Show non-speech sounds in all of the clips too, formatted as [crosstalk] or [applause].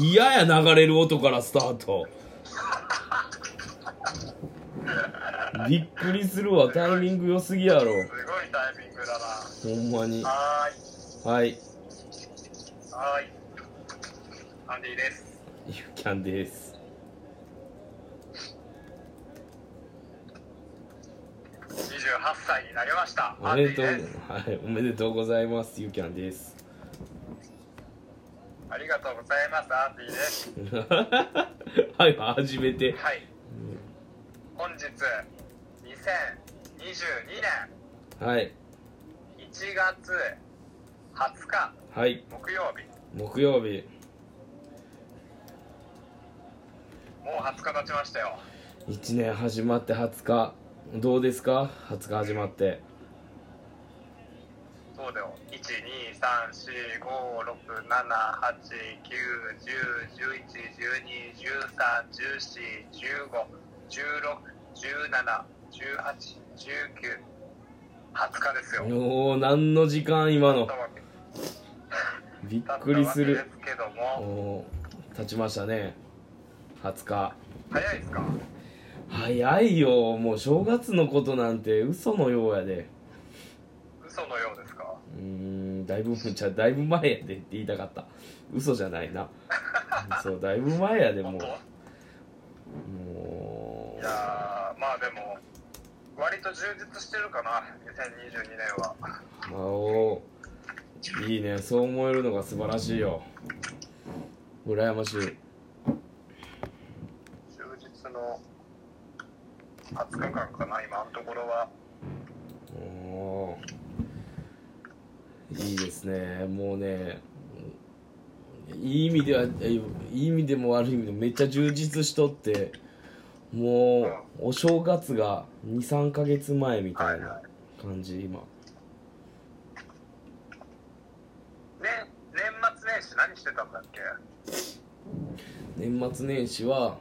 嫌や流れる音からスタートびっくりするわタイミング良すぎやろすごいタイミングだな。ほんまにははいーい。はーい。アンディです。ゆきゃんです28歳になりました。おめでとうアンディですはいおめでとうございますゆきゃんです [laughs] ありがとうございます。アンディです。はい初めてはい。本日、2022年はい1月20日はい木曜日。木曜日もう20日経ちましたよ。 1年始まって20日どうですか20日始まってそうだよ。1、2、3、4、5、6、7、8、9、10、11、12、13、14、15、16、17、18、19、20日ですよ。おー何の時間今のたわけびっだったくりわすけでるすけどおも、おー経ちましたね20日早いですか早いよもう正月のことなんて嘘のようやで嘘のようですかうーんだいぶじゃだいぶ前やでって言いたかった嘘じゃないなそうだいぶ前やでも本当うもいやー、まあでも、割と充実してるかな、2022年は。うおーいいねそう思えるのが素晴らしいよ羨ましい充実の20日間かな、今のところは。おーいいですねもうねいい意味ではいい意味でも悪い意味でもめっちゃ充実しとってもうお正月が23ヶ月前みたいな感じ今ね、年末年始何してたんだっけ年末年始は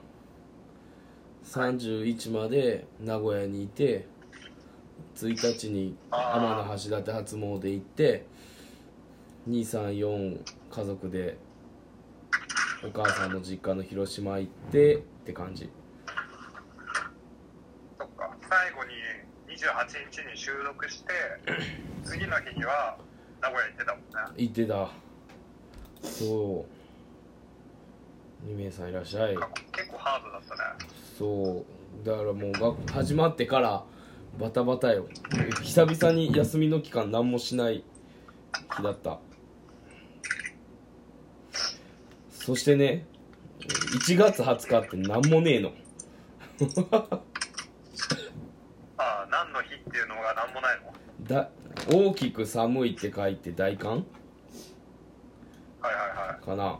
31まで名古屋にいて1日にあ天橋立初詣行って234家族でお母さんの実家の広島行ってって感じそっか最後に28日に収 [laughs] 録して次の日には名古屋行ってたもんね行ってたそう2名さんいらっしゃい結構ハードだったねそうだからもう学始まってからバタバタよ久々に休みの期間何もしない日だったそしてね1月20日って何もねえのああ何の日っていうのが何もないのだ大きく寒いって書いて大寒はいはいはいかな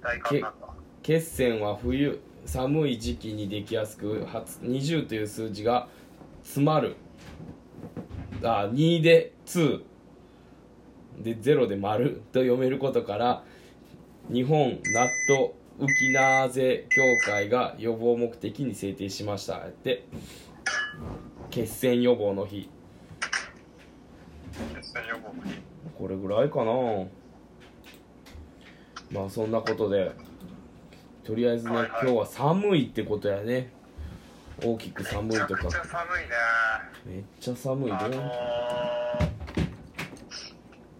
大寒なんだ血栓は冬寒い時期にできやすく初20という数字が詰まるあ2で2で0で丸と読めることから日本ナットウキナーゼ協会が予防目的に制定しましたやって血栓予防の日決戦予告にこれぐらいかなまあそんなことでとりあえずね、はいはい今日は寒いってことやね大きく寒いめちゃとくちかゃ寒いねめっちゃ寒いあのね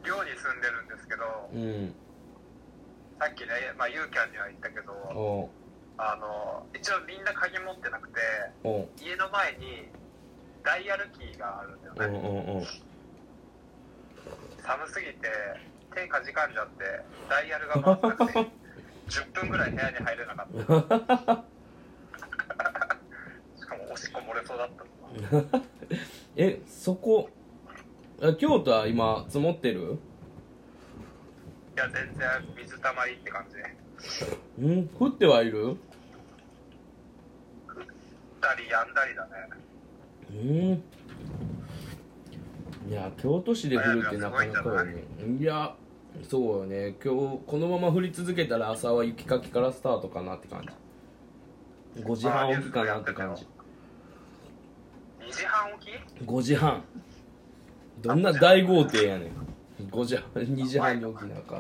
ー寮に住んでるんですけどうんさっきね、まあ、ユーキャンには言ったけどおうあの一応みんな鍵持ってなくておう家の前にダイヤルキーがあるんだようんうね、んうん寒すぎて手かじかんじゃってダイヤルが回ってなくて10分ぐらい部屋に入れなかったしかもおしっこ漏れそうだったえそこあ京都は今積もってるいや全然水たまりって感じでうん降ってはいる降ったりやんだりだねうんいや京都市で降るってなかなかよねいやそうよね今日このまま降り続けたら朝は雪かきからスタートかなって感じ5時半起きかなって感じ2時半起き5時半どんな大豪邸やねん5時半2時半に起きなあか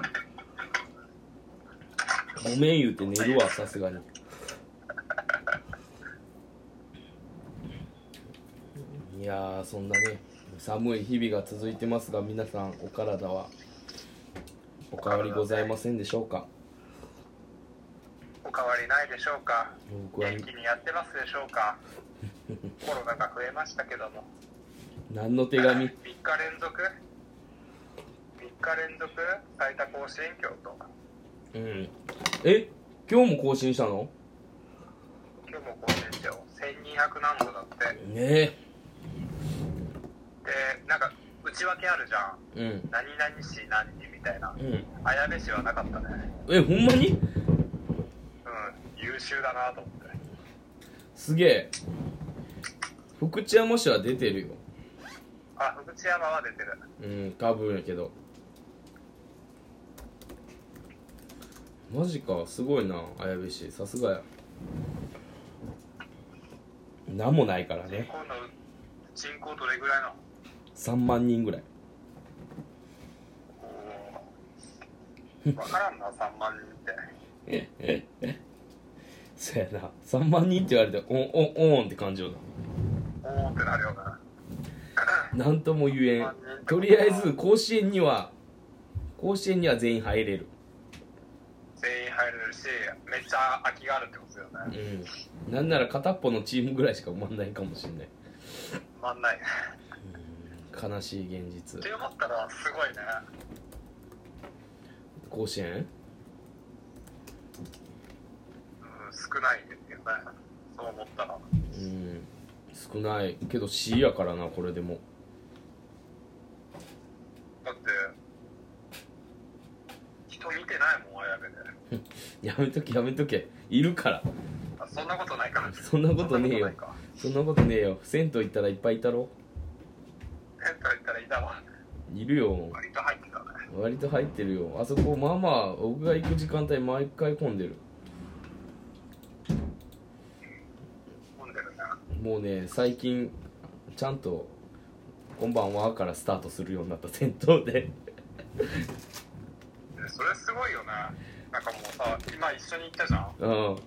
んごめん言うて寝るわさすがにいやーそんなね寒い日々が続いてますが皆さんお体はお変わりございませんでしょうかお変わりないでしょうか僕は元気にやってますでしょうかコロナが増えましたけども何の手紙3日連続3日連続最多更新今日とうんえ今日も更新したの今日も更新しよう1200何個だってねでなんか内訳あるじゃんえうん何々市何人みたいなうん綾部市はなかったねえほんまにうん優秀だなと思ってすげえ福知山市は出てるよあ福知山は出てるうん多分やけどマジかすごいな綾部市さすがやなんもないから人ね口の人口どれぐらいなの3万人ぐらいおーわからんな3万人ってそやな3万人って言われてオンオンオンって感じよおーってなるよなななんとも言えんとりあえず甲子園には甲子園には全員入れる全員入れるしめっちゃ空きがあるってことだよねうんなんなら片っぽのチームぐらいしか埋まんないかもしんないまんないね悲しい現実って思ったらすごいね甲子園うん少ないですよねそう思ったらうん少ないけど C やからなこれでもだって人見てないもん綾部でやめとけやめとけいるからあそんなことないか [laughs] らそんなことねえよそんなそんなことないかことねえよ銭湯行ったらいっぱいいたろテント行ったらいたわいるよ割と入ってたね割と入ってるよあそこまあまあ僕が行く時間帯毎回混んでる飲んでるねもうね最近ちゃんと「こんばんは」からスタートするようになった銭湯ででそれすごいよねなんかもうさ今一緒に行ったじゃんうんちゃん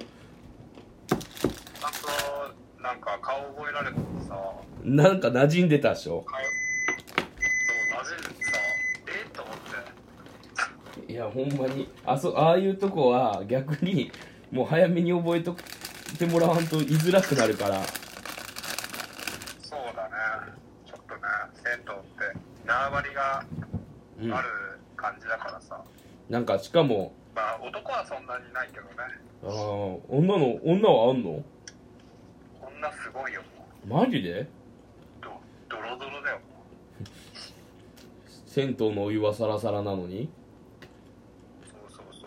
となんか顔覚えられてさ顔なんか馴染んでたでしょそう馴染んでさえっと思っていやほんまにあそああいうとこは逆にもう早めに覚えとくってもらわんと居づらくなるからそうだねちょっとね銭湯って縄張りがうんある感じだからさ、なんかしかもまあ男はそんなにないけどねあー女の女はあんの女すごいよもマジでうドドロドロだよも銭湯のお湯はサラサラなのにうそうそうそ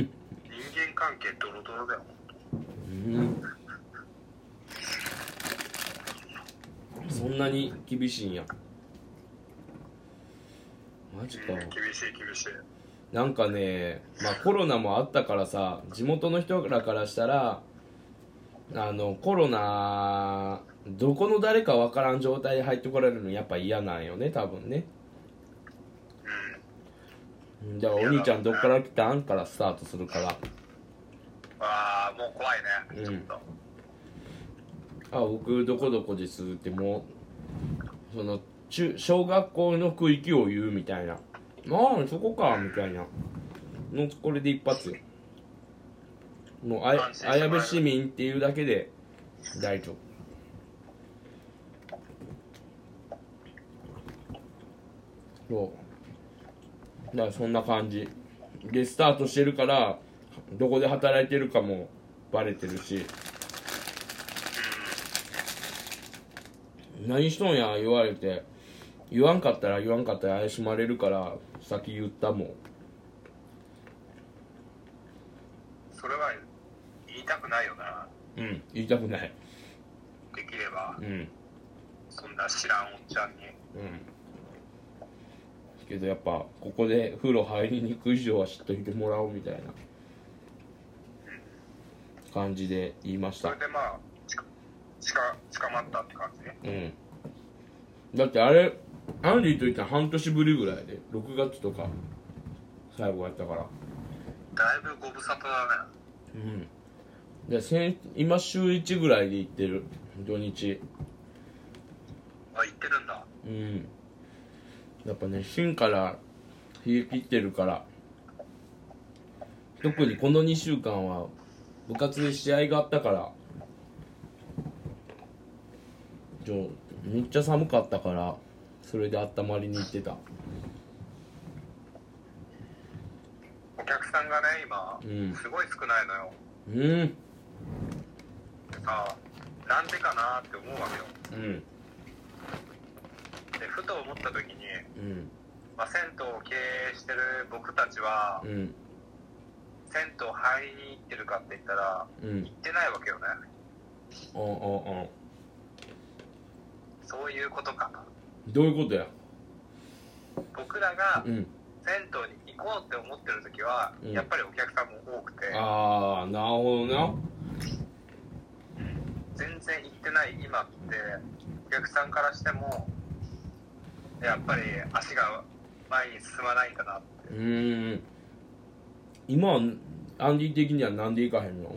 う人間関係ドロドロだよもううんそんなに厳しいんやマジかうん厳しい厳しいなんかね、まあ、コロナもあったからさ地元の人らからしたらあのコロナどこの誰かわからん状態で入ってこられるのやっぱ嫌なんよね多分ねうんうんだからお兄ちゃんどっから来たんからスタートするからああもう怖いうね、んちょっとあ僕どこどこですってもうその中小学校の区域を言うみたいなああそこかみたいなのこれで一発よもうあや安心してもらえる綾部市民っていうだけで大丈夫そうだからそんな感じでスタートしてるからどこで働いてるかもバレてるし何しとんや言われて言わんかったら言わんかったら怪しまれるから先言ったもんそれは言いたくないよなうん言いたくないできればうんうんそんな知らんおっちゃんにけどやっぱここで風呂入りに行く以上は知っといてもらおうみたいな感じで言いましそたれでまあ近つか捕まったって感じねうんだってあれアンディといったら半年ぶりぐらいで6月とか最後やったからだいぶご無沙汰だねうんで先今週1ぐらいで行ってる土日あ行ってるんだうんやっぱね芯から冷え切ってるから特にこの2週間は部活で試合があったからちょめっちゃ寒かったからそれで温まりに行ってたお客さんがね今、うんすごい少ないのようんでさなんでかなって思うわけようんでふと思った時に、うんまあ、銭湯を経営してる僕たちは、うん銭湯入りに行ってるかって言ったらうん行ってないわけよねあああそういうことかなどういうことや僕らがうん銭湯に行こうって思ってる時は、うんやっぱりお客さんも多くてああなるほどな全然行ってない今ってお客さんからしてもやっぱり足が前に進まないんだなってうーん今はアンディ的にはなんで行かへんのい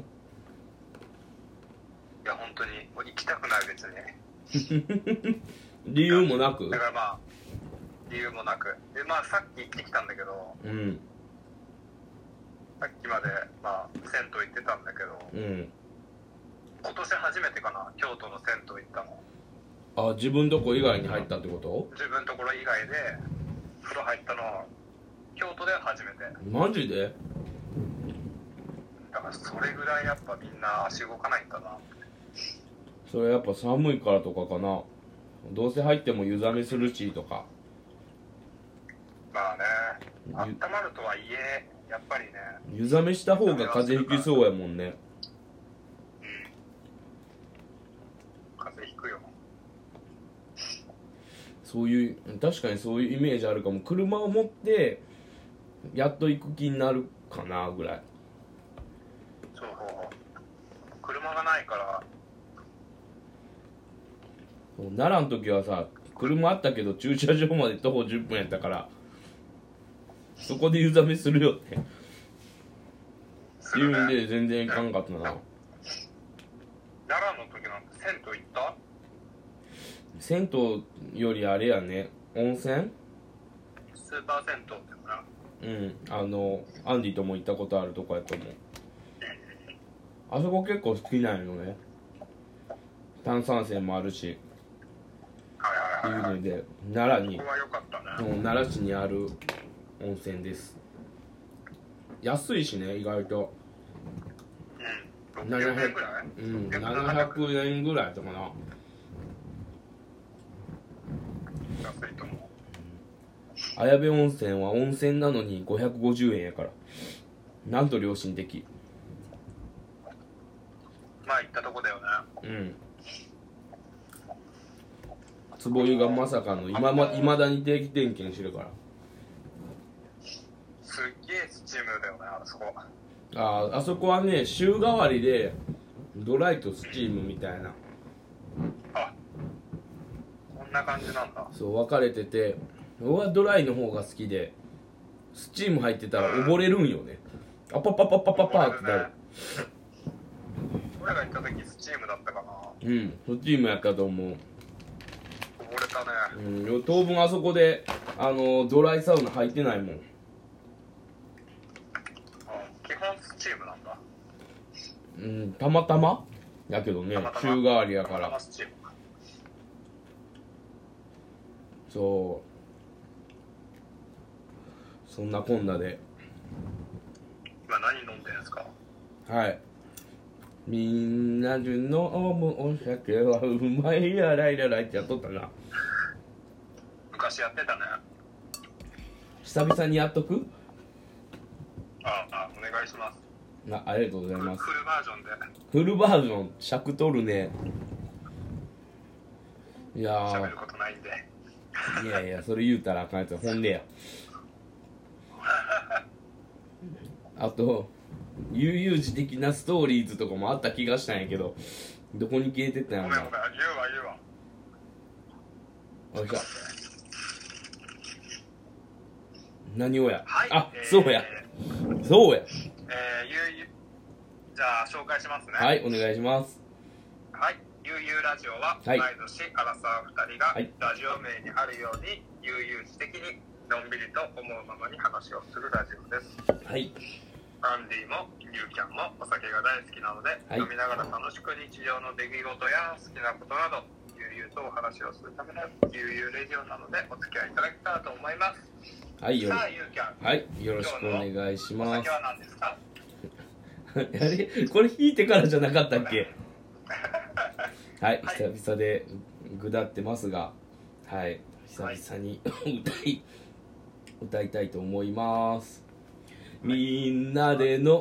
や本当にもう行きたくない別に理由もなくだからまあ理由もなくでまあさっき行ってきたんだけどうんさっきまでまあ銭湯行ってたんだけどうん今年初めてかな京都の銭湯行ったのあ自分とこ以外に入ったってこと自分のところ以外で風呂入ったのは京都で初めてマジでだからそれぐらいやっぱみんな足動かないんだなそれやっぱ寒いからとかかなどうせ入っても湯冷めするしとかまあねゆ温まるとはいえやっぱりね湯冷めした方が風邪ひきそうやもんね風邪ひくよそういう確かにそういうイメージあるかも車を持ってやっと行く気になるかなぐらいそうそうそう車がないからそう奈良の時はさ車あったけど駐車場まで徒歩10分やったからそこで湯冷めするよってすいるうねんで全然いかんかったな奈良の時なんて銭湯行った銭湯よりあれやね温泉スーパー銭湯ってのかなうんあのアンディとも行ったことあるとこやと思うあそこ結構好きなんよね炭酸泉もあるしってはいいはういはい、はのい、で奈良にここは良かったねうん奈良市にある温泉です安いしね意外とうん600円ぐらいうん600円ぐらい700円ぐらいとかな安いと思う綾部温泉は温泉なのに550円やからなんと良心的まあ行ったとこだよねうん坪湯がまさかの今ま未だに定期点検してるからすっげえスチームだよねあそこあーあそこはね週替わりでドライとスチームみたいなあこんな感じなんだそう分かれてて俺はドライの方が好きでスチーム入ってたら溺れるんよねあパッパッパッパッパッパーってなる俺が行った時スチームだったかなうんスチームやったと思う溺れたねうん、当分あそこであのドライサウナ入ってないもんうん基本スチームなんだうんたまたまやけどねたまたま週替わりやたかまたまらスチームかそうそんなこんなで今何飲んでるんですかはいみんなで飲むお酒はうまいやらいららいってやっとったな昔やってたね久々にやっとくああお願いしますなありがとうございフルますフルバージョンでフルバージョン尺取るねいやー喋ることないんでいやいや、それ言うたらあかんやつ本音や。あと、悠々自適なストーリーズとかもあった気がしたんやけど、どこに消えてったんやごめろなんごめんあ言うわ言うわあ来た何をや、はいあ、えーそうやそうやえーゆうゆうじゃあ紹介しますねはいお願いしますはい、ゆうゆうラジオは、はい毎年アラサー2人が、はいラジオ名にあるように悠々自適にのんびりと思うままに話をするラジオですはいアンディもゆうキャンもお酒が大好きなので、はい飲みながら楽しく日常の出来事や好きなことなど悠々とお話をするための悠々レジオなのでお付き合いいただけたらと思いますはいよさあゆうキャン、はいよろしくお願いしおます酒は何ですかあれ [laughs] これ引いてからじゃなかったっけはい、はい久々でぐだってますがはい久々に [laughs] 歌い歌いたいと思いますみんなで飲む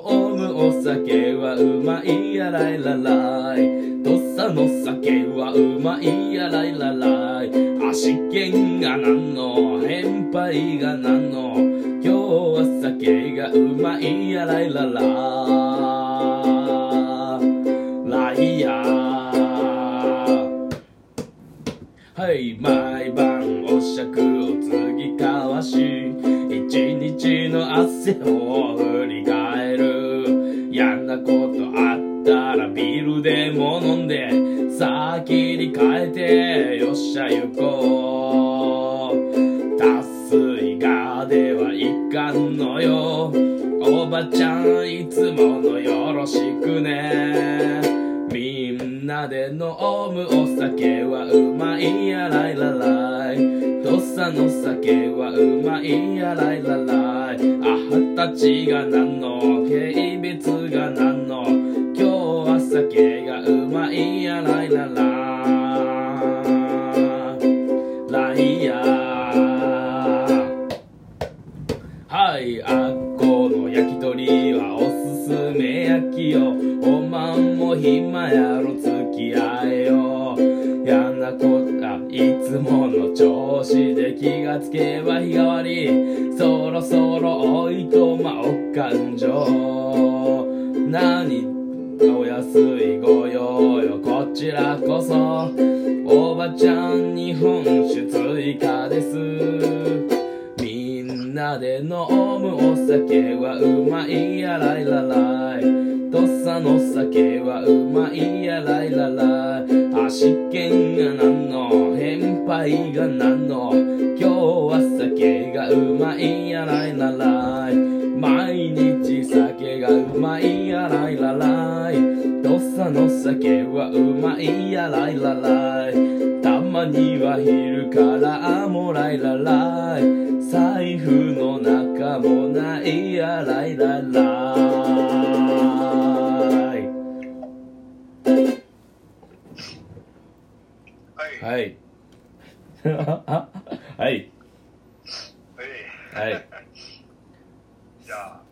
お酒はうまいやらいららい土佐の酒はうまいやらいららい足剣がなんの返杯がなんの今日は酒がうまいやらいららライヤーはい毎晩お酌を継ぎ交わし一日の汗を振り返る嫌なことあったらビールでも飲んで先に変えてよっしゃ行こう達水がではいかんのよおばちゃんいつものよろしくねみんなで飲むお酒はうまいやらいららい土佐の酒はうまいやらいららいあ二十歳がなんの軽蔑がなんの今日は酒がうまいやらいららライヤーはい、あっこの焼き鳥はおすすめ焼きよおまんも暇やろ付き合えよやんなこったいつもの調子で気がつけば日替わりそろそろおいとまお感情何お安いご用よこちらこそおばちゃん日本酒追加ですみんなで飲むお酒はうまいやらいららい土佐の酒はうまいやらいららい足剣がなんの返杯がなんの今日は酒がうまいやらいららい毎日酒がうまいやらいららい土佐の酒はうまいやらいららいたまには昼からもらいららい財布の中もないやらいららいはいはい、[laughs] はいはいはいじゃあ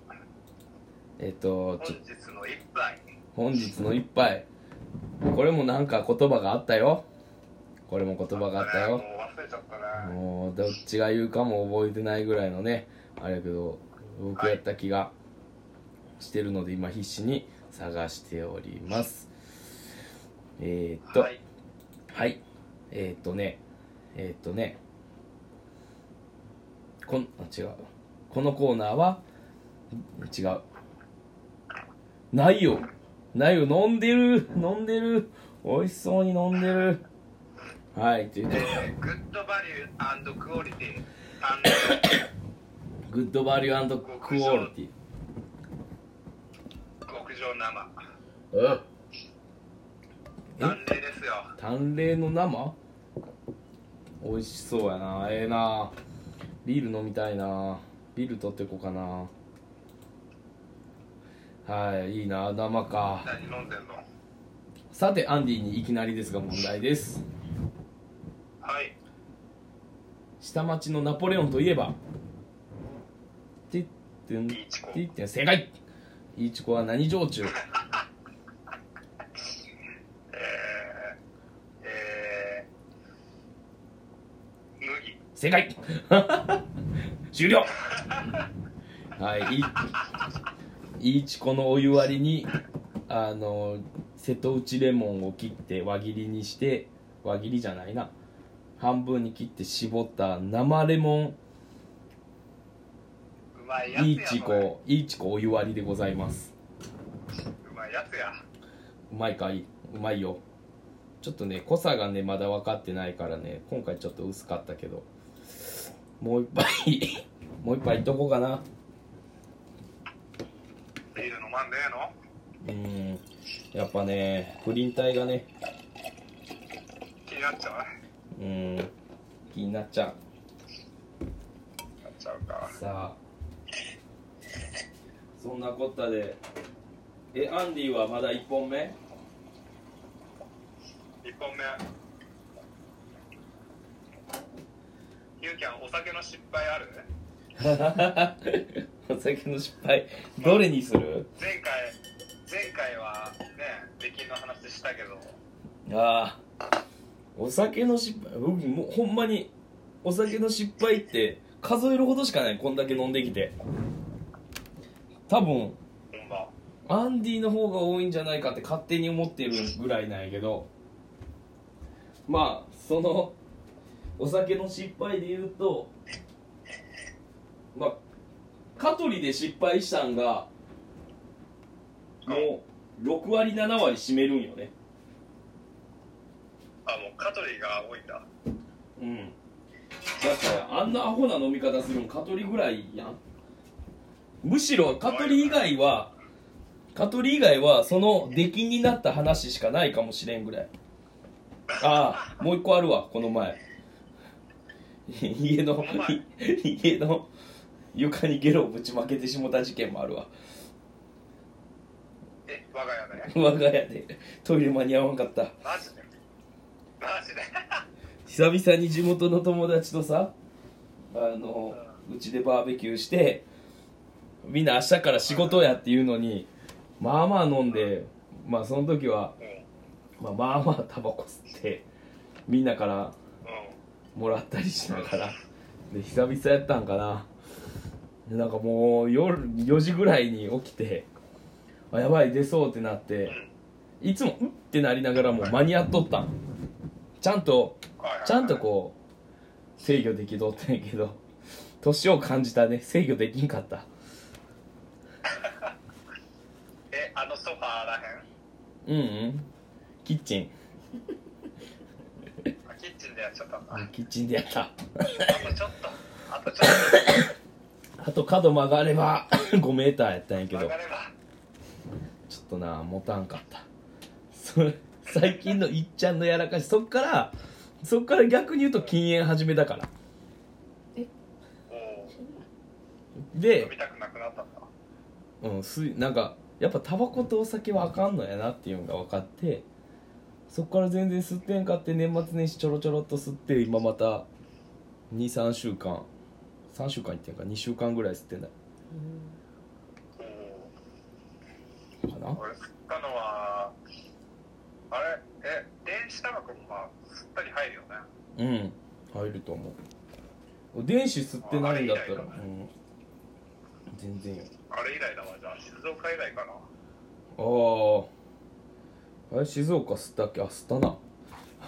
えっと本ちょ日の一杯本日の一杯これもなんか言葉があったよこれも言葉があったよもう忘れちゃったねもうどっちが言うかも覚えてないぐらいのねあれやけど僕やった気がしてるので今必死に探しておりますえー、っとははい、いえー、っとねえー、っとねこんあ違うこのコーナーは違うないよないよ飲んでる飲んでる美味しそうに飲んでるはいということでえーグッドバリュークオリティグッドバリュークオリティ極上生うん淡麗ですよ淡麗の生美味しそうやなええなビール飲みたいなビール取ってこうかなはいいいな生か何飲んでんのさてアンディにいきなりですが問題ですはい下町のナポレオンといえばてってんいていチコってん正解いいちこは何焼酎えー、えー、麦正解 [laughs] 終了はいいいいちこのお湯割りにあの瀬戸内レモンを切って輪切りにして輪切りじゃないな半分に切って絞った生レモンうまいやついやちこれこいちこお湯割りでございますうまいやつやうまいかいうまいよちょっとね濃さがねまだ分かってないからね今回ちょっと薄かったけどもう一杯もう一杯いっとこうかなビール飲まんでええうのんやっぱねプリン体がね気になっちゃううん気になっちゃうなっちゃうかさあそんなこったでえアンディはまだ1本目 [laughs] 一本目ゆうきゃんお酒の失敗あるお酒の失敗どれにする前回前回はね出禁の話したけどああお酒の失敗僕もうほんまにお酒の失敗って数えるほどしかないこんだけ飲んできて多分本場アンディの方が多いんじゃないかって勝手に思ってるぐらいなんやけどまあそのお酒の失敗で言うとまあ香取で失敗したんがもう6割7割占めるんよねあもうカトリーが多いんだうんだからあんなアホな飲み方するん香取ぐらいやんむしろ香取以外は香取以外はその出禁になった話しかないかもしれんぐらいああもう一個あるわこの前家のこの前家の床にゲロをぶちまけてしもた事件もあるわえ我が家ね我が家でトイレ間に合わんかったマジでマジで [laughs] 久々に地元の友達とさあのうちでバーベキューしてみんな明日から仕事やっていうのにまあまあ飲んでまあその時は、うんまあ、まあまあタバコ吸ってみんなからうもらったりしながらで久々やったんかなでなんかもう夜4時ぐらいに起きてあやばい出そうってなってんうんいつも「うっ」てなりながらも間に合っとったんちゃんとはいはいはいちゃんとこう制御できとったんやけど [laughs] 年を感じたね制御できんかったえあのソファーらへんうんうんキッチンあキッチンでやっちゃったんだあキッチンでやったあとちょっとあとちょっあと角曲がれば [laughs] 5メーターやったんやけとど上ちょがればっとな持たんかったそれ最近のいっちゃんのやらかしそっからそっから逆に言うと禁煙始めたからおお飲でみ、たくなくなったんだうん、すなんかやっぱタバコとお酒はあかんのやなっていうのが分かってそっから全然吸ってんかって年末年始ちょろちょろっと吸って今また23週間3週間いってんか2週間ぐらい吸ってないおおかな俺吸ったのはあれえ電子タバコもまあ吸ったり入るよねうん入ると思う電子吸ってないんだったら、あう、あれ以来かなん全然よあれ以来だわじゃあ静岡以来かなあああれ静岡吸ったっけあ吸ったないっ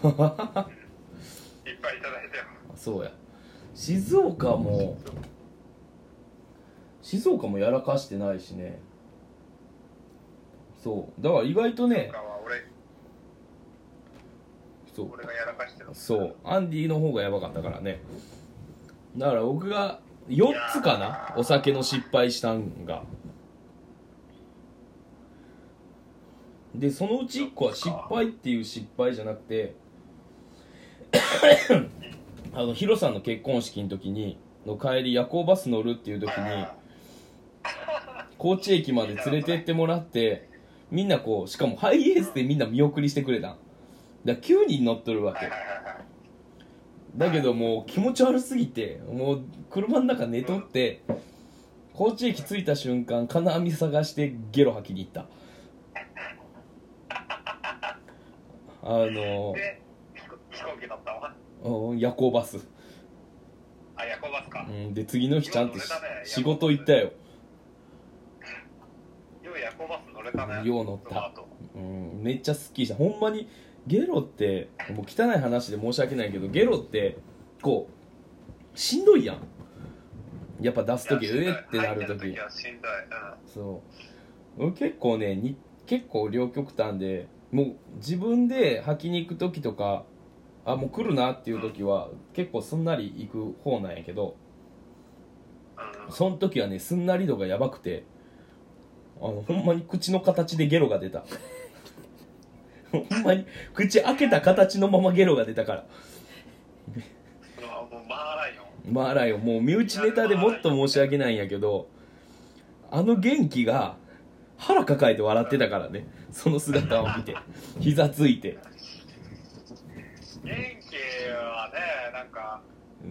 ぱいいただいたよそうや静岡も静岡もやらかしてないしねそうだから意外となんねかは俺そう俺がやらかしてるそうアンディの方がやばかったからねだから僕が4つかなお酒の失敗したんがでそのうち1個は失敗っていう失敗じゃなくて [coughs] あのヒロさんの結婚式の時にの帰り夜行バス乗るっていう時はいはいにはい高知駅まで連れてってもらってみんなこうしかもハイエースでみんな見送りしてくれたんだから9人乗っとるわけはいはいはいだけどもう気持ち悪すぎてもう車の中寝とって高知駅着いた瞬間金網探してゲロ吐きに行ったあので飛行飛行機乗ったわうん夜行バス、あ夜行バスかうん、で次の日ちゃんとし仕事行ったよよう夜行バス乗れたねよう乗ったその後うん、めっちゃすっきりしたほんまにゲロってもう汚い話で申し訳ないけどゲロってこうしんどいやんやっぱ出す時いうやえってなる入時ってる時はしんどい、そう俺結構ねに結構両極端でもう自分で履きに行く時とかあもう来るなっていう時は結構すんなり行く方なんやけどうんうん、その時はねすんなり度がやばくてあのほんまに口の形でゲロが出た [laughs] ほんまに口開けた形のままゲロが出たからうわもうマーライオンマーライオンもう身内ネタでもっと申し訳ないんやけどあの元気が腹抱えて笑ってたからねその姿を見て膝ついて元気はねなんか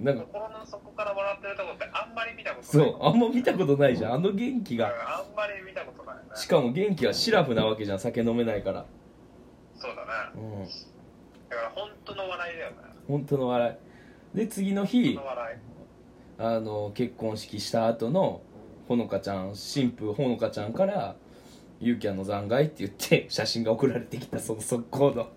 なんか心の底から笑ってるとこってあんまり見たことそない、うあんま見たことないじゃんあの元気うんがあんまり見たことないねしかも元気はシラフなわけじゃん酒飲めないからそうだねうんだから本当の笑いだよね本当の笑いで次の日本当の笑あの結婚式した後のほのかちゃん新婦ほのかちゃんから「ゆうきゃんの残骸」って言って [laughs] 写真が送られてきたその速攻の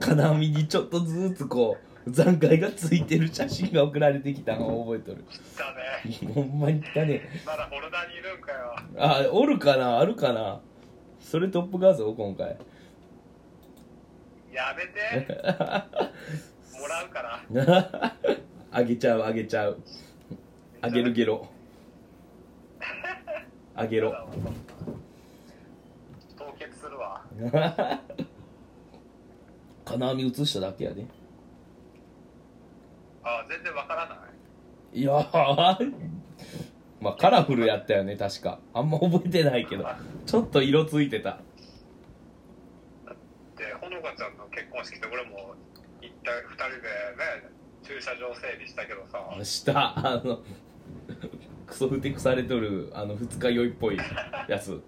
金網にちょっとずつこう残骸がついてる写真が送られてきたのを覚えとる [laughs] いだねほんまにだねまだフォルダにいるんかよあおるかなあるかなそれトップ画像今回 [laughs] やめてもらうからあげちゃうあげちゃうあげるゲロあげろ凍結するわ金網映しただけやで、あ全然わからないいや [laughs] ーまあカラフルやったよね確かあんま覚えてないけどちょっと色ついてたでほのかちゃんの結婚式で俺も行った2人でね駐車場整備したけどさ下あの [laughs] クソふてくされとるあの二日酔いっぽいやつ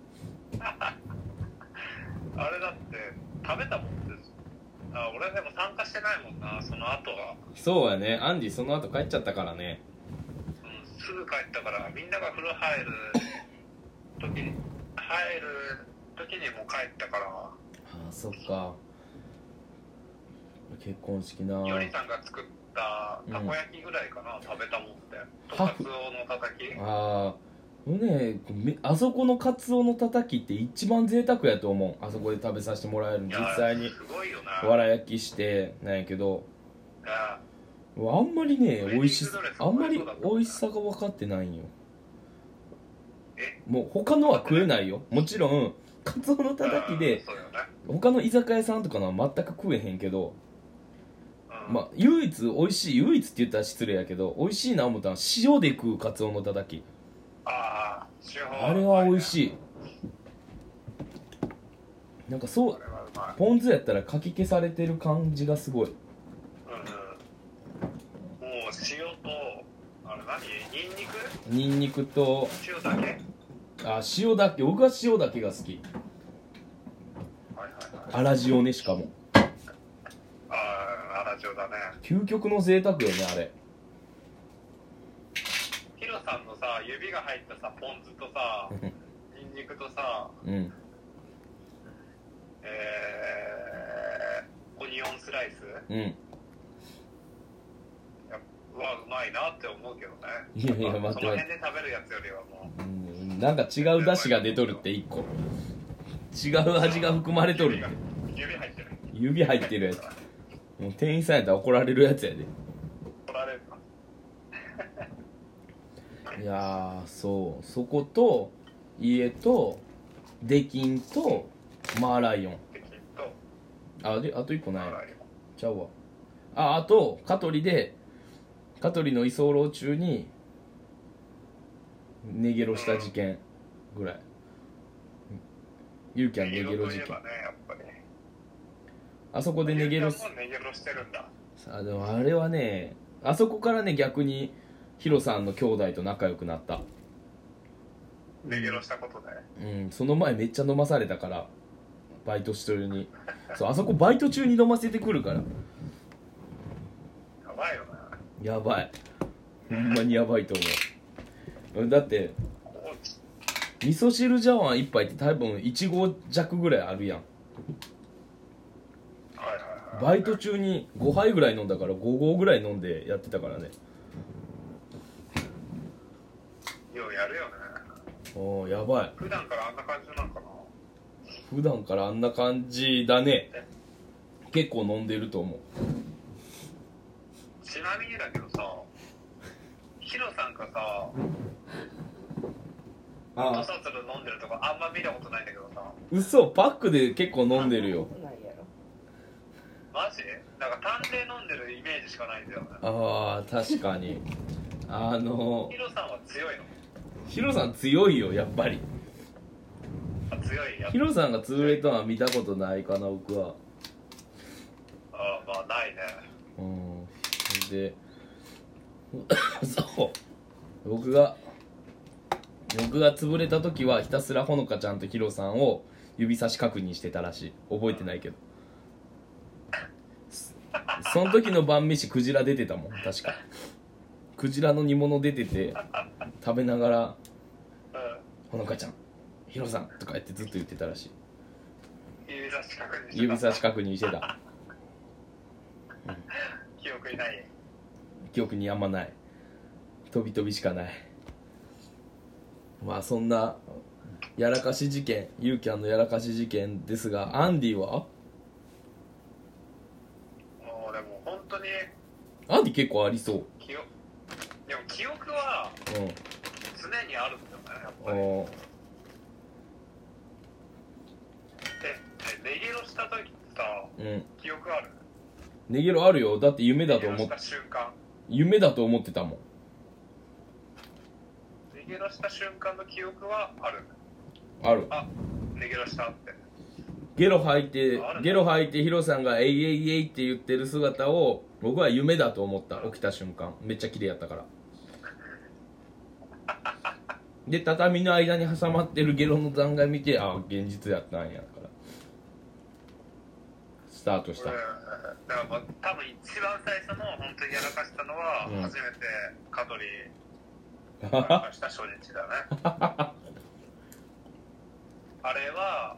あれだって食べたもんですあ俺でも参加してないもんなその後は、そうやねアンディその後帰っちゃったからねうん、すぐ帰ったからみんなが風呂入る時に入る時にもう帰ったからああそっか結婚式なよりさんが作ったたこ焼きぐらいかな、食べたもんってとハかつフおのたたきああねめあそこのカツオのたたきって一番贅沢やと思うあそこで食べさせてもらえるのい実や際にすごいよねわら焼きしてなんやけどああんまりねウェディン美グ味しドレスあんまりこれそうだった美味しさが分かってないんよえもう他のは食えないよもちろんカツオのたたきでそうよね、他の居酒屋さんとかのは全く食えへんけどうん、まあ唯一美味しい唯一って言ったら失礼やけど美味しいな思ったのは塩で食うカツオのたたきああ手法あれは美味いしいなんかそあうれはうまいポン酢やったらかき消されてる感じがすごいうんもう塩とあれ何ニンニクニンニクと塩だけはいはいあ塩だけ僕は塩だけが好きはい粗塩ねしかもああラジオだね究極の贅沢よねあれヒロさんのさ指が入ったさポン酢とさニンニクとさうんえー、オニオンスライスうんはうまいなって思うけどねいやいや待って待ってその辺で食べるやつよりはもううんなんか違う出汁が出とるって一個違う味が含まれとる指が指入ってる指入ってるやつもう店員さんやったら怒られるやつやで取られるないやーそうそこと家とデキンとマーライオンってきっとあであと一個ない取られるちゃうわああと香取で香取の居候中に寝ゲロした事件ぐらいゆうきゃん寝ゲロ事といえ件ばねやっぱりあそこで寝ゲロもネゲロしてるんだあでもあれはねあそこからね逆にヒロさんの兄弟と仲良くなったネゲロしたことでうんその前めっちゃ飲まされたからバイトしてるにそうあそこバイト中に飲ませてくるからやばいよねやばいほんまにやばいと思うだってこう味噌汁茶碗一杯って多分1合弱ぐらいあるやんはいはいはいバイト中に5杯ぐらい飲んだから5合ぐらい飲んでやってたからねようやるよねおーやばい普段からあんな感じなんかな普段からあんな感じだね結構飲んでると思うちなみにだけどさヒロさんがさ土あ佐鶴飲んでるとかあんま見たことないんだけどさ嘘パックで結構飲んでるよそんなんやろマジなんか探偵飲んでるイメージしかないんだよねあー確かにあのヒロさんは強いのヒロさん強いよやっぱりあ強いやつヒロさんが潰れたのは見たことないかな僕はあーまあないねうんで [coughs] そう僕が僕が潰れた時はひたすらほのかちゃんとヒロさんを指差し確認してたらしい覚えてないけどそその時の晩飯クジラ出てたもん確かクジラの煮物出てて食べながらう「ほのかちゃんヒロさん」とかやってずっと言ってたらしいん指差し確認してた指差し確認してた記憶にない記憶にあんまない飛び飛びしかないまあそんなやらかし事件ユーキャンのやらかし事件ですがアンディはもうでも本当にアンディ結構ありそう記憶でも記憶はう常にあるんだよねやっぱんりおーででレゲロした時ってさうん記憶あるネギロあるよだって夢だレとゲ思ロっした瞬間夢だと思ってたもんレゲロした瞬間の記憶はあるあるあレゲロしたってゲロ吐いてあるゲロ吐いてヒロさんが「えいえいえい」って言ってる姿を僕は夢だと思った起きた瞬間めっちゃ綺麗やったからで畳の間に挟まってるゲロの残骸見てあ現実やったんやからスタートしこたれだから、まあ、多分一番最初の本当にやらかしたのは、うん初めて香取やらかした初日だねあれは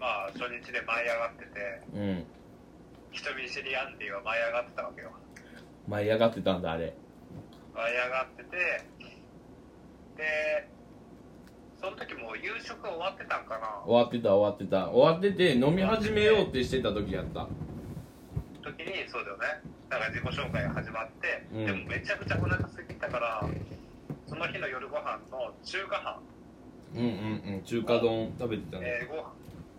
まあ初日で舞い上がってて [laughs] うん人見知りアンディは舞い上がってたわけよ舞い上がってたんだあれ舞い上がっててでその時もう夕食終わってたんかな終わってた終わってた終わってて飲み始めようってしてた時やった時にそうだよねだから自己紹介が始まって、うんでもめちゃくちゃお腹空いてきたからその日の夜ご飯の中華飯、うんうんうん中華丼食べてたねえーご飯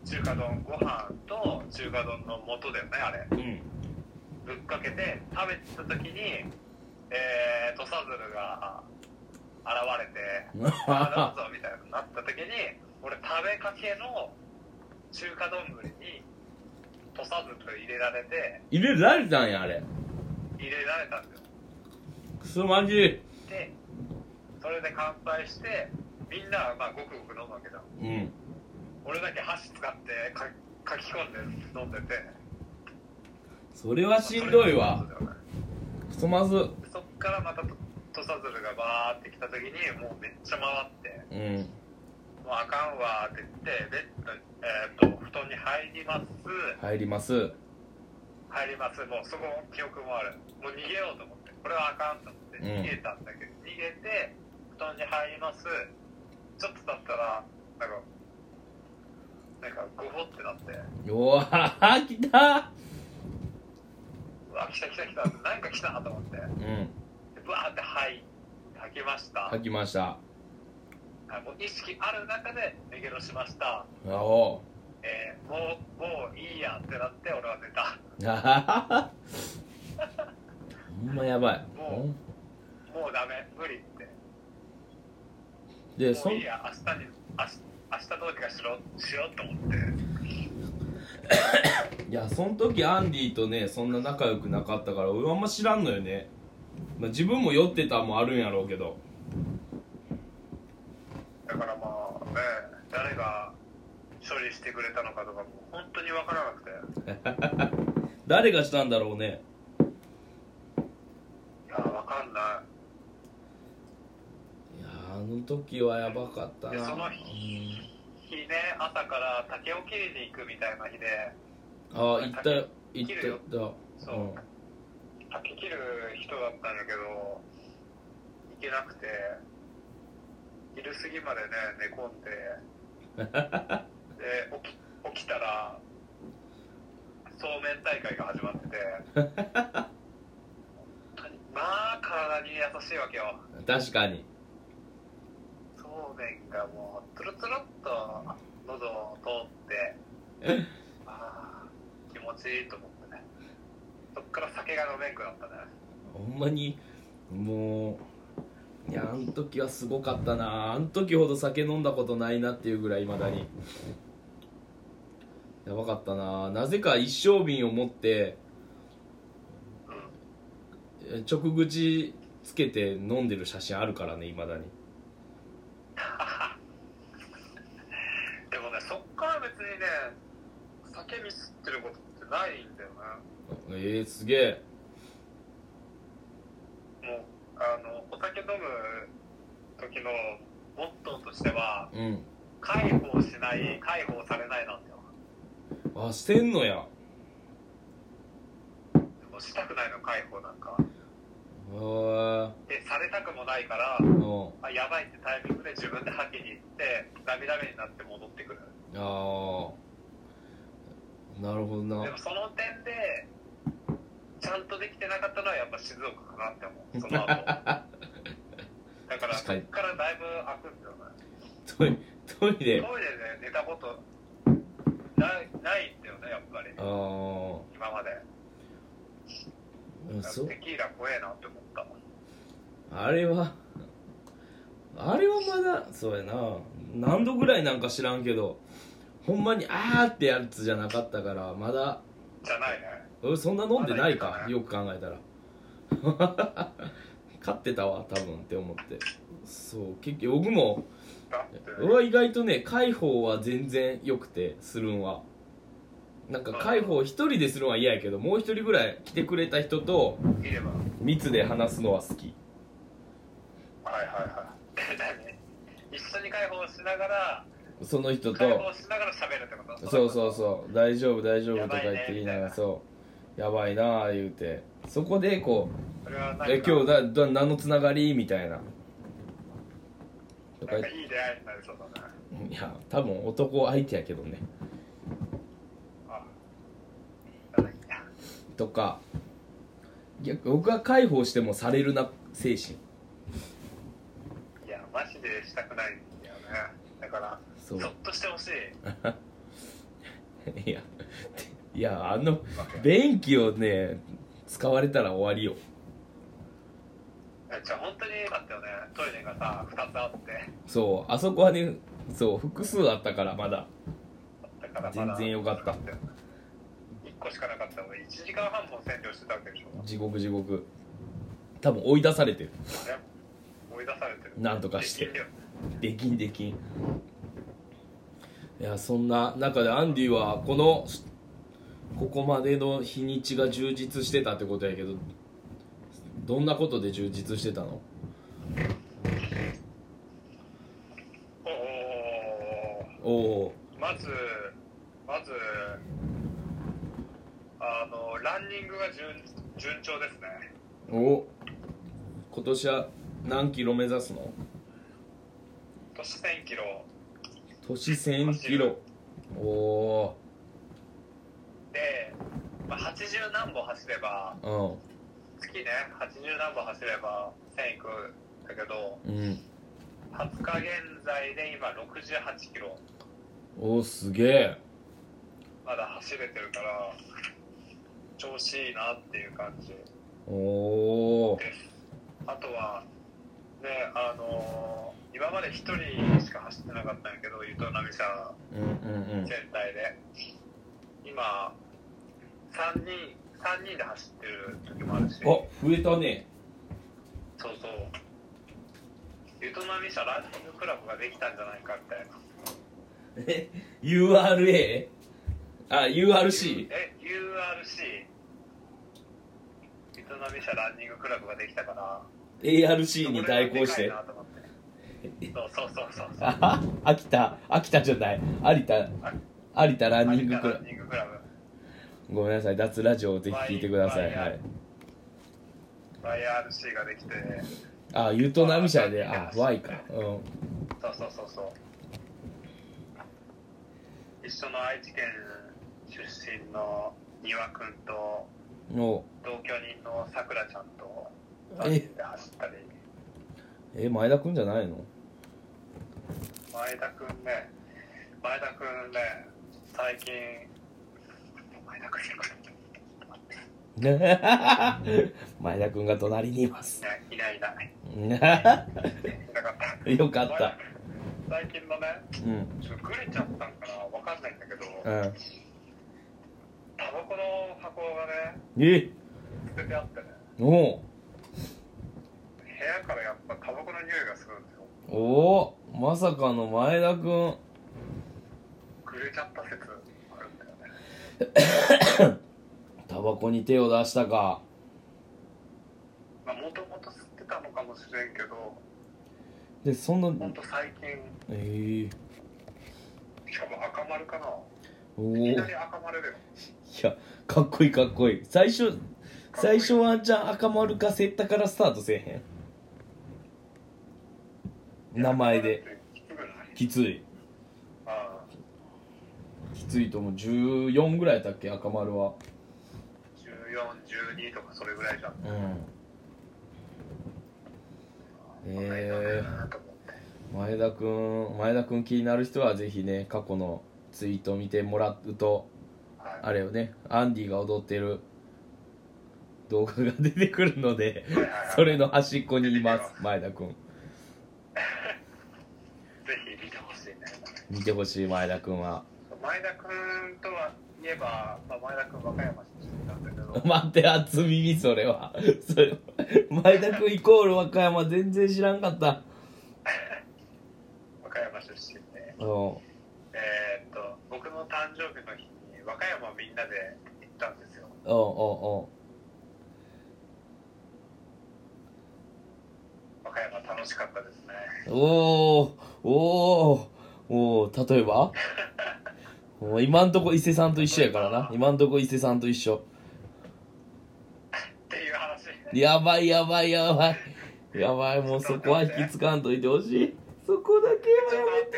中華丼ご飯と中華丼の素だよねあれうん [laughs] ぶっかけて食べてた時にえー、土佐鶴が現れてあどうぞみたいになった時に俺食べかけの中華丼に土佐鶴入れられて入れられたんやあれ入れられたんですよクソマジでそれで乾杯してみんなはまあごくごく飲むわけじゃんうん俺だけ箸使ってかかき込んで飲んでてそれはしんどいわクソまずそっからまたと土佐鶴がバーって来た時にもうめっちゃ回っうてん「もうあかんわ」って言ってベッドに、えー、と布団に入ります入ります入りますもうそこも記憶もあるもう逃げようと思ってこれはあかんと思っうてん逃げたんだけど、逃げて布団に入りますちょっと経ったらなんかなんかゴホってなってうわー来たうわ来た来た来たなんか来たなと思ってでうんブワーって吐い吐きました、吐きましたはいもう意識ある中で逃げろしました、あおえーもうもういいやってなって俺は寝たあはははほんまやばいももうダメ無理ってでそもういいや明日に明日明日どうにかしろしようと思っていやその時アンディとねそんな仲良くなかったから俺あんま知らんのよね、まあ、自分も酔ってたもあるんやろうけどだからまあね誰が処理してくれたのかとかも本当に分からなくてい誰がしたんだろうねや分かんないいやあのの時はやばかったいやなその日ね朝から竹を切りに行くみたいな日でうんああ行ったよ行切るよったよそう竹切る人だったんだけど行けなくて昼過ぎまでね寝込んでで起き起きたらそうめん大会が始まってて本当にまあ体に優しいわけようん確かにそうめんがもうトゥルトゥルっと喉を通ってああ気持ちいいと思ってねそっから酒が飲めんくなったねほんまにもういやあの時はすごかったなあの時ほど酒飲んだことないなっていうぐらいいまだにやばかったななぜか一升瓶を持ってうんえ直口つけて飲んでる写真あるからねいまだにでもねそっから別にね酒ミスってることってないんだよええすげえねもうあのお酒飲む時のモットーとしてはうん解放しない解放されないなんだよあしてんのやでもしたくないの解放なんかへーでされたくもないからうんあやばいってタイミングで自分で吐きに行ってダメダメになって戻ってくるああなるほどなでもその点でちゃんとできてなかったのはやっぱ静岡かなって思うそ [laughs] の後だから確そかにっからだいぶ開くんだよねトイトイレトイレで寝たことないないんだよねやっぱりああ今までうんそうテキーラ怖えなって思ったあれはあれはまだそうやな何度ぐらいなんか知らんけどほんまにあーってやつじゃなかったからまだじゃないね俺そんな飲んでないまだいかいかなよく考えたら [laughs] 勝ってたわ多分って思ってそう結局僕もだって俺は意外とね解放は全然よくてするんはなんか解放一人でするんは嫌やけどもう一人ぐらい来てくれた人といればはい密で話すのは好きはいはい [laughs] で何一緒に解放しながらその人解と放しながら喋るってことそうそうそう大丈夫大丈夫やとばかいね言って言いながらみたいなそうやばいなあ言うてそこでこうそれはな「んかえ今日だだ何のつながり?」みたいなとか言なんっかていい出会いになりそうだねいや多分男相手やけどねあなんだっけとか逆僕は解放してもされるな精神 [laughs] いや、マジでしたくないんだよね。だから、そそうっとしてほしい。いやいやあのわけ便器をね使われたら終わりよえじゃあ、本当によかったよね。トイレがさ、2つあって。そうあそこはねそう複数あったからまだだからまだ、全然よかった1個しかなかったのに、1時間半も占領してたわけでしょ。地獄地獄多分追い出されてるね、追い出されてる。なんとかしてできんよできんできんいやそんな中でアンディはこのここまでの日にちが充実してたってことやけどどんなことで充実してたのおーおーおーおーおおまず、まず、あの、ランニングが順順調ですね。ーお今年は何キロ目指すの都市1000キロ。都市1000キロおおで、まあ、80何本走れば、ー月ね80何本走れば1000いくんだけどうんうん20日現在で今68キロおおすげえまだ走れてるから調子いいなっていう感じおおーですあとはねあのー今まで1人しか走ってなかったんやけどゆとなみさうんうんん全体で今3人3人で走ってる時もあるしうんあ増えたねそうそうゆとなみ社ランニングクラブができたんじゃないかみたいなえ URA? あ URC? え URC 営み社ランニングクラブができたから ARC に対抗してこれはでかいなと思ってそうそうそうそう [laughs] そうあは秋田秋田じゃない有田有田ランニングクラランニングクラブブごめんなさい脱ラジオをぜひ聞いてください、まあはいいっ、YRC ができてあユートナミシャでまああ Y かうんそうそうそうそう一緒の愛知県出身の丹羽君との同居人のさくらちゃんとえ3人で走ったりえ前田君じゃない [laughs] の前田君ね前田君ね最近前田君ね前田君が隣にいます [laughs] いないいないいないねいなかったよかった最近のねうんちょっとグレちゃったんかなわかんないんだけどうんタバコの箱がねえ捨ててあってねおう部屋からやっぱタバコの匂いがするんですよおおまさかの前田君グレちゃった説あるんだよねタバコに手を出したかまあもともと吸ってたのかもしれんけどでそんほなんと最近ええしかも赤丸かなおおいいきなり赤丸だよやかっこいいかっこいい最初かっこい最い初ワンチャン赤丸かセッタからスタートせえへん名前できつくないきついああきついと思う14ぐらいやったっけ赤丸は1412とかそれぐらいじゃんうんええー、と思って前田君前田君気になる人はぜひね過去のツイート見てもらうとはいあれよねアンディが踊ってる動画が出てくるのではいはいはいそれの端っこにいます前田君ぜひ見てほしいね見てほしい前田君は前田君とはいえば、まあ、前田君和歌山出身なんだけど待って初耳それはそれ前田君イコール和歌山全然知らんかった和歌山出身でうんえーっと僕の誕生日の日に和歌山みんなで行ったんですよおお和歌山楽しかったですね [laughs] おおおおおお例えばもう今んとこ伊勢さんと一緒やからな今んとこ伊勢さんと一緒っていう話やばいやばいやばいやばいもうそこは引きつかんといてほしいそこだけはやめて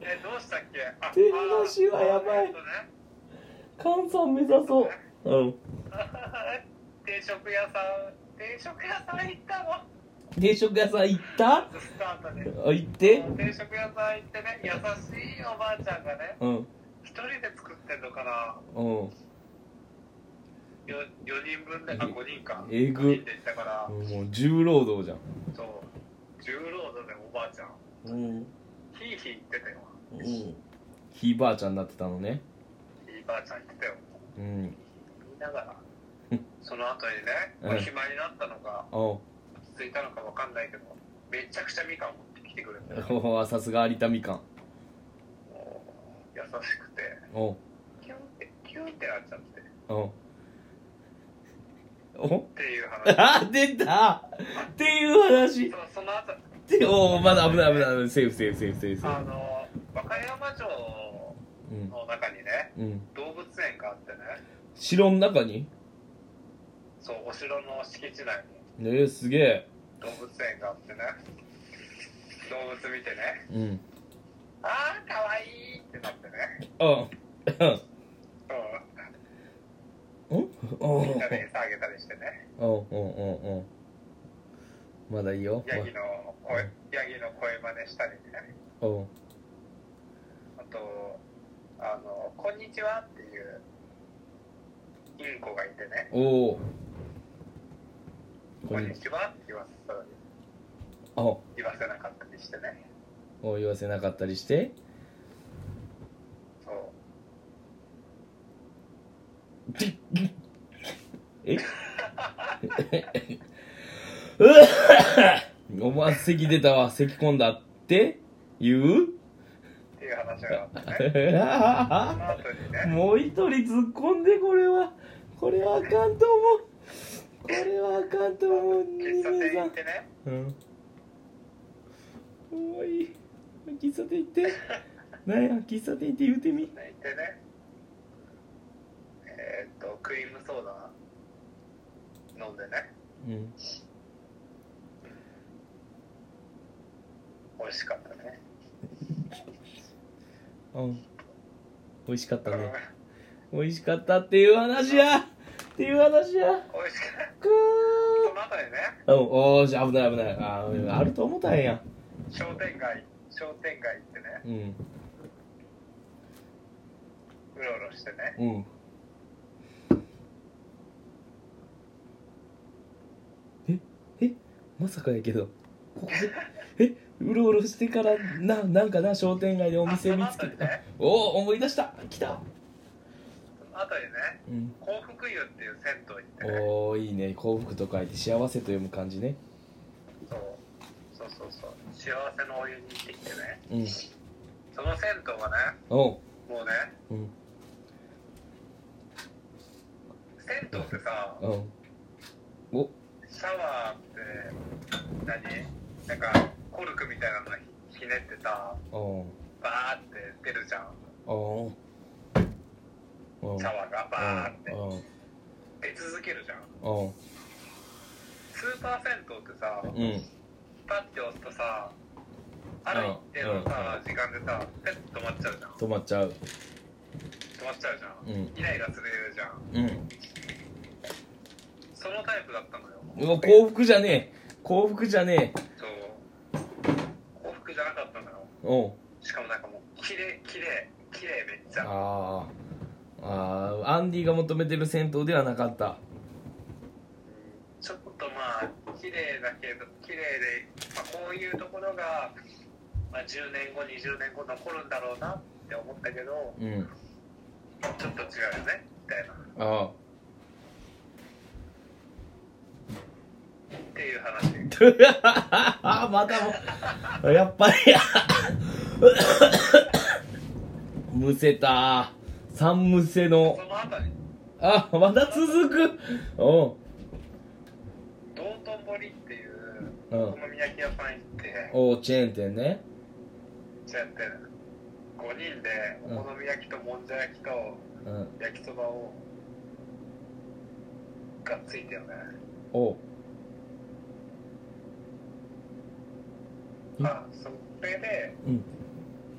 えどうしたっけあ手の足はやばいあえっとね [laughs] 菅さん目指そううん定食屋さん定食屋さん行ったの定食屋さん行ったスタートであ行って定食屋さん行ってね優しいおばあちゃんがねうん一人で作ってんのかなうんよ4人分であ5人かええぐ5人で行ったからもう重労働じゃんそう重労働でおばあちゃんうんヒーヒー言ってたようんひいばあちゃんになってたのねいいばあちゃん言ってたようん言いながらうんその後にね、うんまあ暇になったのかお落ち着いたのか分かんないけどめちゃくちゃみかん持ってきてくれておさすが有田みかんもう優しくておキュンってキュンってなっちゃってっおおていう [laughs] 話あ出たっていう話そその後でおおまだ危ない危ない危ないセーフセーフセーフセーフセーあの和歌山城フうんの中にねうん動物園があってね城の中にそうお城の敷地内にえー、すげえ動物園があってね動物見てねうんああかわいいってなってねあそううんうんうんみんなで餌あげたりしてねうんうんうんうんまだいいよヤギの声ヤギの声真似したりねうんあとあの「こんにちは」っていうインコがいてねおお「こんこんににちちは」って言わせたのにはお言わせなかったりしてねお言わせなかったりしてそうえ思わず咳出たわ咳込んだって言う [laughs] っていう話があって [laughs] ねその後にねもう一人突っ込んでこれはこれはあかんと思うこれはあかんと思う喫茶ね店ね行さんってねうんおい喫茶店行ってなんや喫茶店行って言うてみ泣いてねえーっとクリームソーダ飲んでねうん美味しかったねうん美味しかったね美味しかったっていう話やっていう話や [laughs] 美味しかったくその後にねーうんおーし危ない危ないあーあると思ったんや商店街商店街行ってねうんうろうろしてねうんええまさかやけどここえうろうろしてからななんかな商店街でお店見つけあその後にねたおお思い出した来たその後にねうん幸福湯っていう銭湯行ってねおーいいね幸福と書いて幸せと読む感じねそうそうそうそう幸せのお湯に行ってきてねうんその銭湯はねおうもうねうん銭湯ってさうんおシャワーって何なんかコルクみたいなのひねってさおバーって出るじゃんおおおシャワーがバーってお出続けるじゃんおスーパー銭湯ってさうんパッて押すとさある一定のさ時間でさペッと止まっちゃうじゃん止まっちゃう止まっちゃうじゃん、うんイライラするじゃんうんそのタイプだったのようわ幸福じゃねえ幸福じゃねえそう幸福じゃなかったのよおうしかもなんかもう綺麗綺麗綺麗めっちゃあーあーアンディが求めてる銭湯ではなかったちょっとまあ綺麗だけど綺麗で、まあ、こういうところが、まあ、10年後20年後残るんだろうなって思ったけどうんちょっと違うよねみたいなっああていう話あ [laughs] またもやっ [laughs] ぱりむせた三むせのその後にあまだ続くお道頓堀っていううおん好み焼き屋さん行っておうチェーン店ねそうやって5人でお好み焼きともんじゃ焼きとうん焼きそばをがっついてよねおううんあそれでうん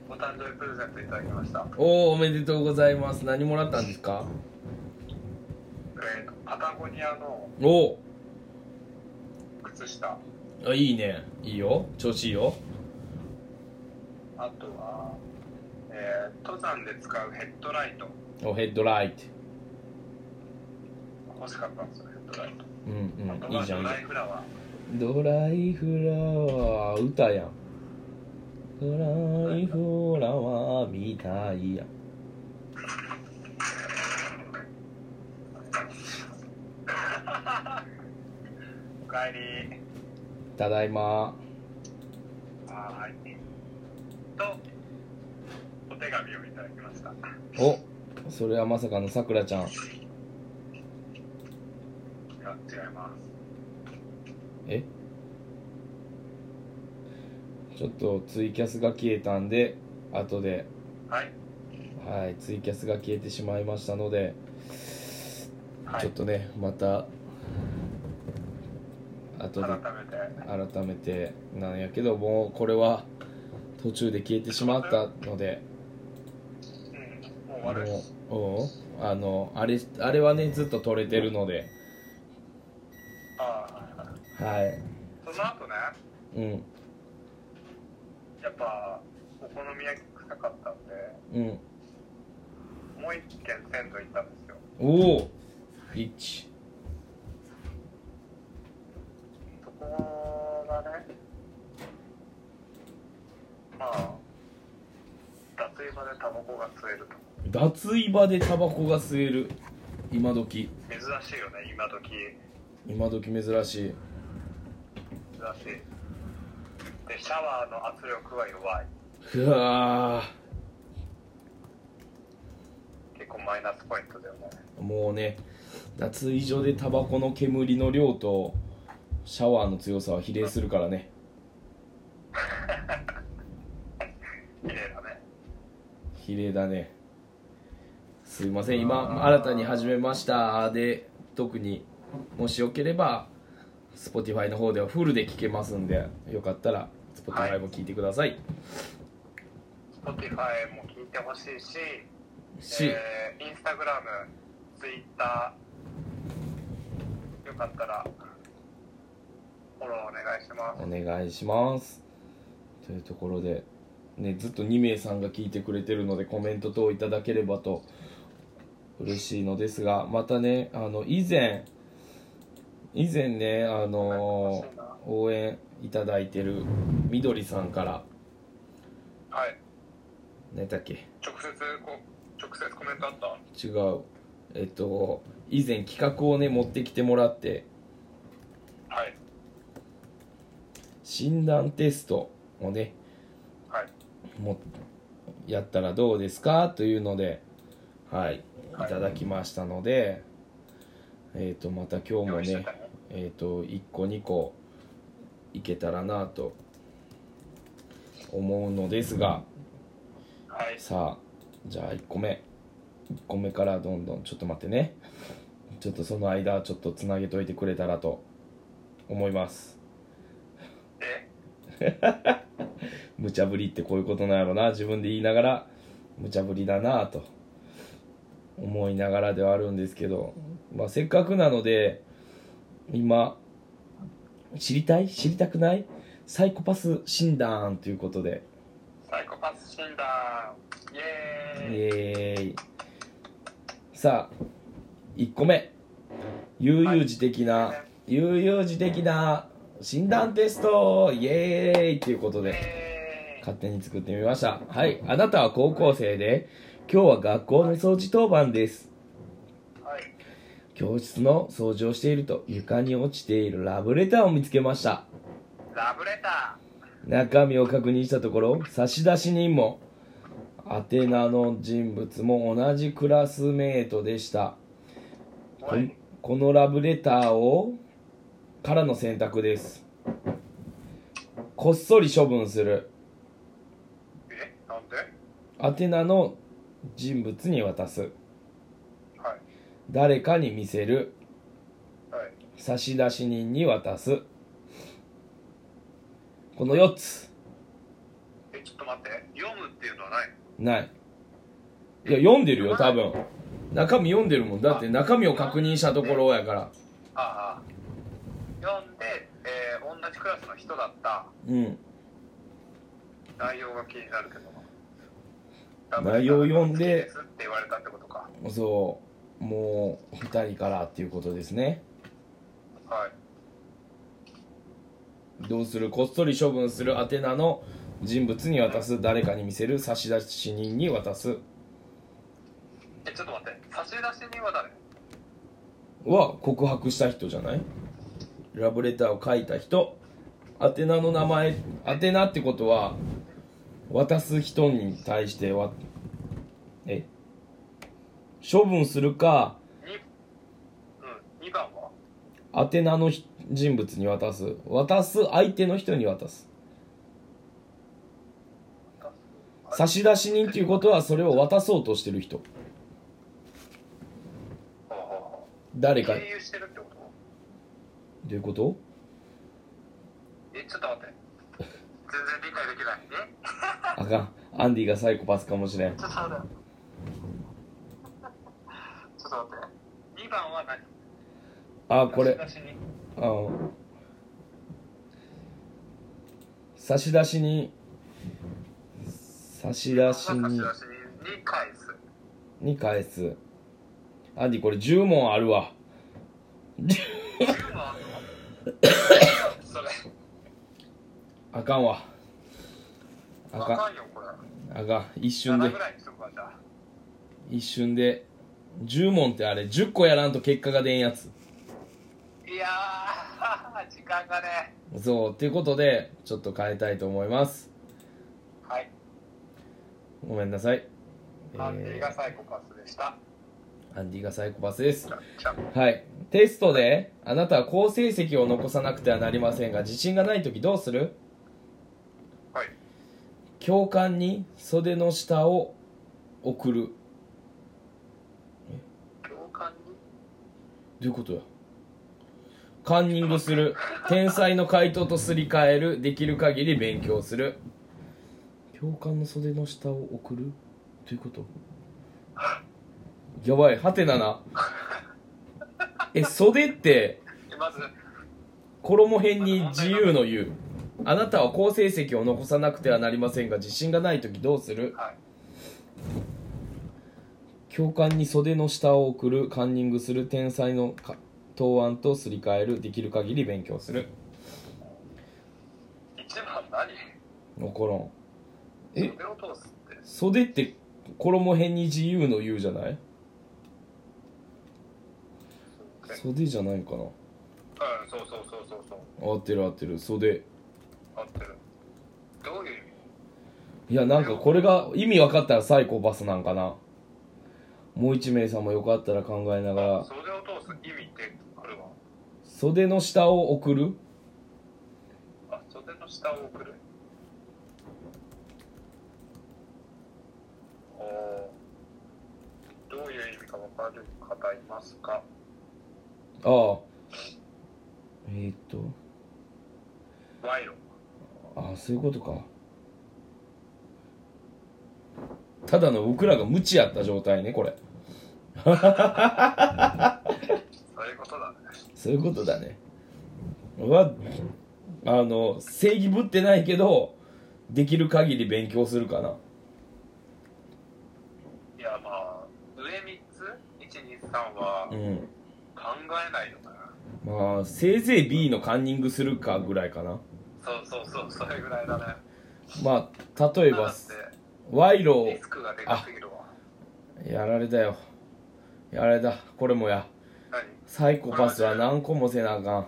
お誕生日プレゼントいただきましたおうおめでとうございます何もらったんですかえーとパタゴニアのおう靴下あいいねいいよ調子いいよあとは、えー登山で使うヘッドライトおヘッドライト欲しかったんですよヘッドライトうんあうとんいはいじゃんいドいじゃんライフラワドライフラワー歌やんドライフラワーみたいやんーおかえりただいまはーいとお手紙をいただきましたおそれはまさかのさくらちゃんいや違いますえちょっとツイキャスが消えたんで後ではいはいツイキャスが消えてしまいましたのではちょっいとねまた後で改めて改めてなんやけどもうこれは途中で消えてしまったのでうんもう終わるもうおうあのあれあれはねずっと取れてるのでああはいその後ねうんやっぱお好み焼き臭かったんでうんもう一軒鮮度行ったんですよおお1そこがねまあ脱衣場でタバコが吸えると脱衣場でタバコが吸える今時珍しいよね今時今時珍しい珍しいでシャワーの圧力は弱いうわ結構マイナスポイントだよねーもうね脱衣所でタバコの煙の量とシャワーの強さは比例するからね比例だねすいません今新たに始めましたで特にもしよければ Spotify の方ではフルで聴けますんでよかったら Spotify も聴いてください、 Spotify も聞いてほしいし、し、えー、インスタグラム、ツイッター、よかったら、フォローお願いします。お願いしますというところで、ね、ずっと2名さんが聞いてくれてるのでコメント等いただければと嬉しいのですがまたねあの以前以前ねあの応援いただいてるみどりさんからはい、何だっけ直接こ、直接コメントあった違うえっと以前企画をね持ってきてもらってはい、診断テストをねはい、もやったらどうですかというのではいいはいただきましたので、えっ、とまた今日も用意してねたね。えっ、と1個2個いけたらなと思うのですがはい、さあじゃあ1個目1個目からどんどんちょっと待ってねちょっとその間ちょっとつなげといてくれたらと思いますで、 [laughs] 無茶ぶりってこういうことなんやろな自分で言いながら無茶ぶりだなぁと思いながらではあるんですけど、まあ、せっかくなので今知りたい知りたくないサイコパス診断ということでサイコパス診断、イエーイ、えーイさあ1個目悠々自適な、はい悠々自適な診断テストイエーイということで。イエーイ勝手に作ってみましたはいあなたは高校生で今日は学校の掃除当番ですはい、教室の掃除をしていると床に落ちているラブレターを見つけましたラブレタ中身を確認したところ差出人も宛名の人物も同じクラスメートでしたー、こおい、このラブレターをからの選択ですこっそり処分するえ、なんで宛名の人物に渡すはい、誰かに見せるはい、差出人に渡すこの4つえ、ちょっと待って、読むっていうのはないないいや読んでるよ多分中身読んでるもんだって中身を確認したところやからああ読んで、えー、同じクラスの人だったうん内容が気になるけどな内容読んで好きすって言われたってことかそうもう2人からっていうことですねはいどうするこっそり処分する宛名の人物に渡す誰かに見せる差出人に渡すえちょっと待って差出人は誰は告白した人じゃないラブレターを書いた人宛名の名前宛名ってことは渡す人に対してはえ処分するかにうん2番は宛名のひ人物に渡す渡す相手の人に渡す差出人っていうことはそれを渡そうとしてる人ほうほうほう誰か経ど由してるってことういうことえちょっと待って全然理解できないえあかんアンディがサイコパスかもしれんちょっと待ってちょっと待って2番は何あこれ差出人あの差出人差出差出人人に返すに返すアンディこれ10問あるわ10問あんのそれあかんわあわかかんよこれんあかん一瞬7でぐらいにしとくわじゃあ一瞬で10問ってあれ10個やらんと結果が出んやついやー時間がねそうっていうことでちょっと変えたいと思いますはいごめんなさい、えアンディーがサイコパスでしたアンディがサイコパスですじゃじゃはい。テストで、あなたは好成績を残さなくてはなりませんが、自信がないときどうするはい教官に袖の下を送るど教官にういうことやカンニングする天才の回答とすり替えるできる限り勉強する教官の袖の下を送るということやばいハテナなえ袖ってえまず衣編に自由の言うあなたは好成績を残さなくてはなりませんが自信がない時どうするはい教官に袖の下を送るカンニングする天才のか答案とすり替えるできる限り勉強する一番何残らんえ袖を通すって袖って衣編に自由の言うじゃない袖じゃないかなうんそうそうそうそうそう合ってる合ってる袖合ってるどういう意味いやなんかこれが意味分かったらサイコパスなんかなもう一名さんもよかったら考えながあら袖を通す意味ってあるわ袖の下を送るあ袖の下を送るおおどういう意味か分かる方いますかああえー、っと賄賂ああそういうことかただの僕らが無知やった状態ねこれそういうことだねそういうことだねはあの正義ぶってないけどできる限り勉強するかないやまあ上3つ123はうん考えないよな、まあせいぜい B のカンニングするかぐらいかなそうそうそうそれぐらいだねまあ例えだばって賄賂リをスクがでかすぎるわやられたよやられたこれもや何サイコパスは何個もせなあかん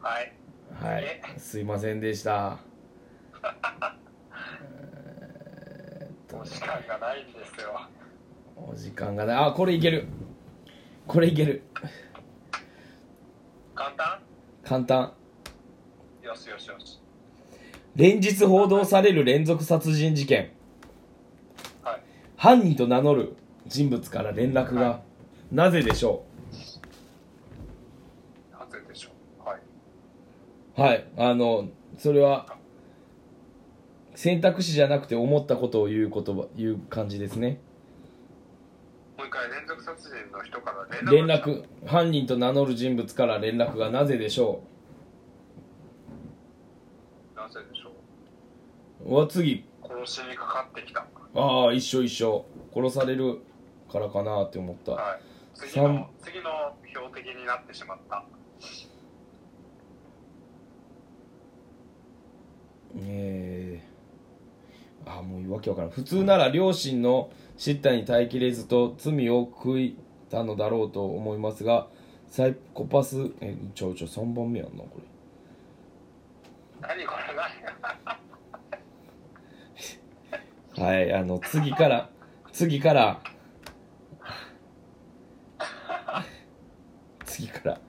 はいはいえ、すいませんでした。お時間がないんですよお時間がない。あ、これいける。これいける。簡単簡単。よしよしよし連日報道される連続殺人事件。はい犯人と名乗る人物から連絡が。はなぜでしょなぜでしょうはいうはい。あの、それは、選択肢じゃなくて思ったことを言う言葉、言う感じですね。もう一回連続殺人の人から連連絡が来た絡、犯人と名乗る人物から連絡がなぜでしょうなぜでしょううわ、次、殺しにかかってきたああ一緒一緒殺されるからかなって思ったはい次の次の標的になってしまったえー、ああもうわけわからん普通なら両親の叱咤に耐えきれずと罪を悔いたのだろうと思いますがサイコパスえちょうちょ3番目やんなこれ何これ何はい、あの、次から、次から、次から、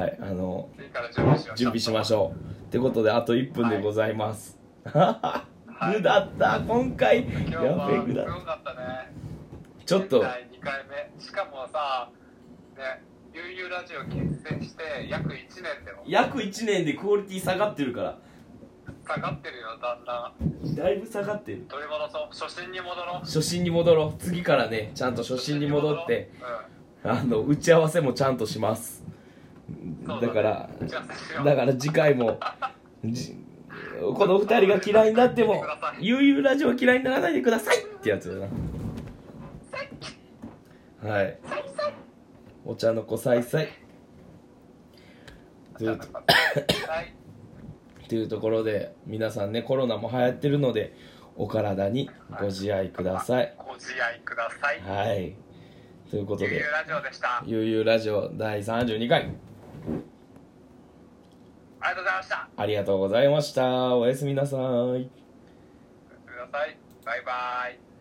はい、あの、次から準準備しましょう備しましょう。ってことで、あと1分でございます。い [laughs] ぐだった、今回。今や日はべえ、すぐだっごかったねた。ちょっと現、在2回目しかもさね悠々ラジオ結成して約1年でも約1年でクオリティ下がってるから、下がってるよだんだんだいぶ下がってる。取り戻そう初心に戻ろう初心に戻ろう。次からね、ちゃんと初心に戻って、うあの、打ち合わせもちゃんとします。んそうだから、ねじゃあしようだから次回もじこの二人が嫌いになっても「悠々ラジオ嫌いにならないでください」ってやつだなはいお茶の子さいさいとじいゃあうなんかはいというところで皆さんねコロナも流行ってるのでお体にご自愛くださいご自愛ください。はいということゆうゆうでラジオでした。あ「り悠々ラジオ」第32回がとうございました。ありがとうございましたおやすみなさいおやすみなさい。バイバイ。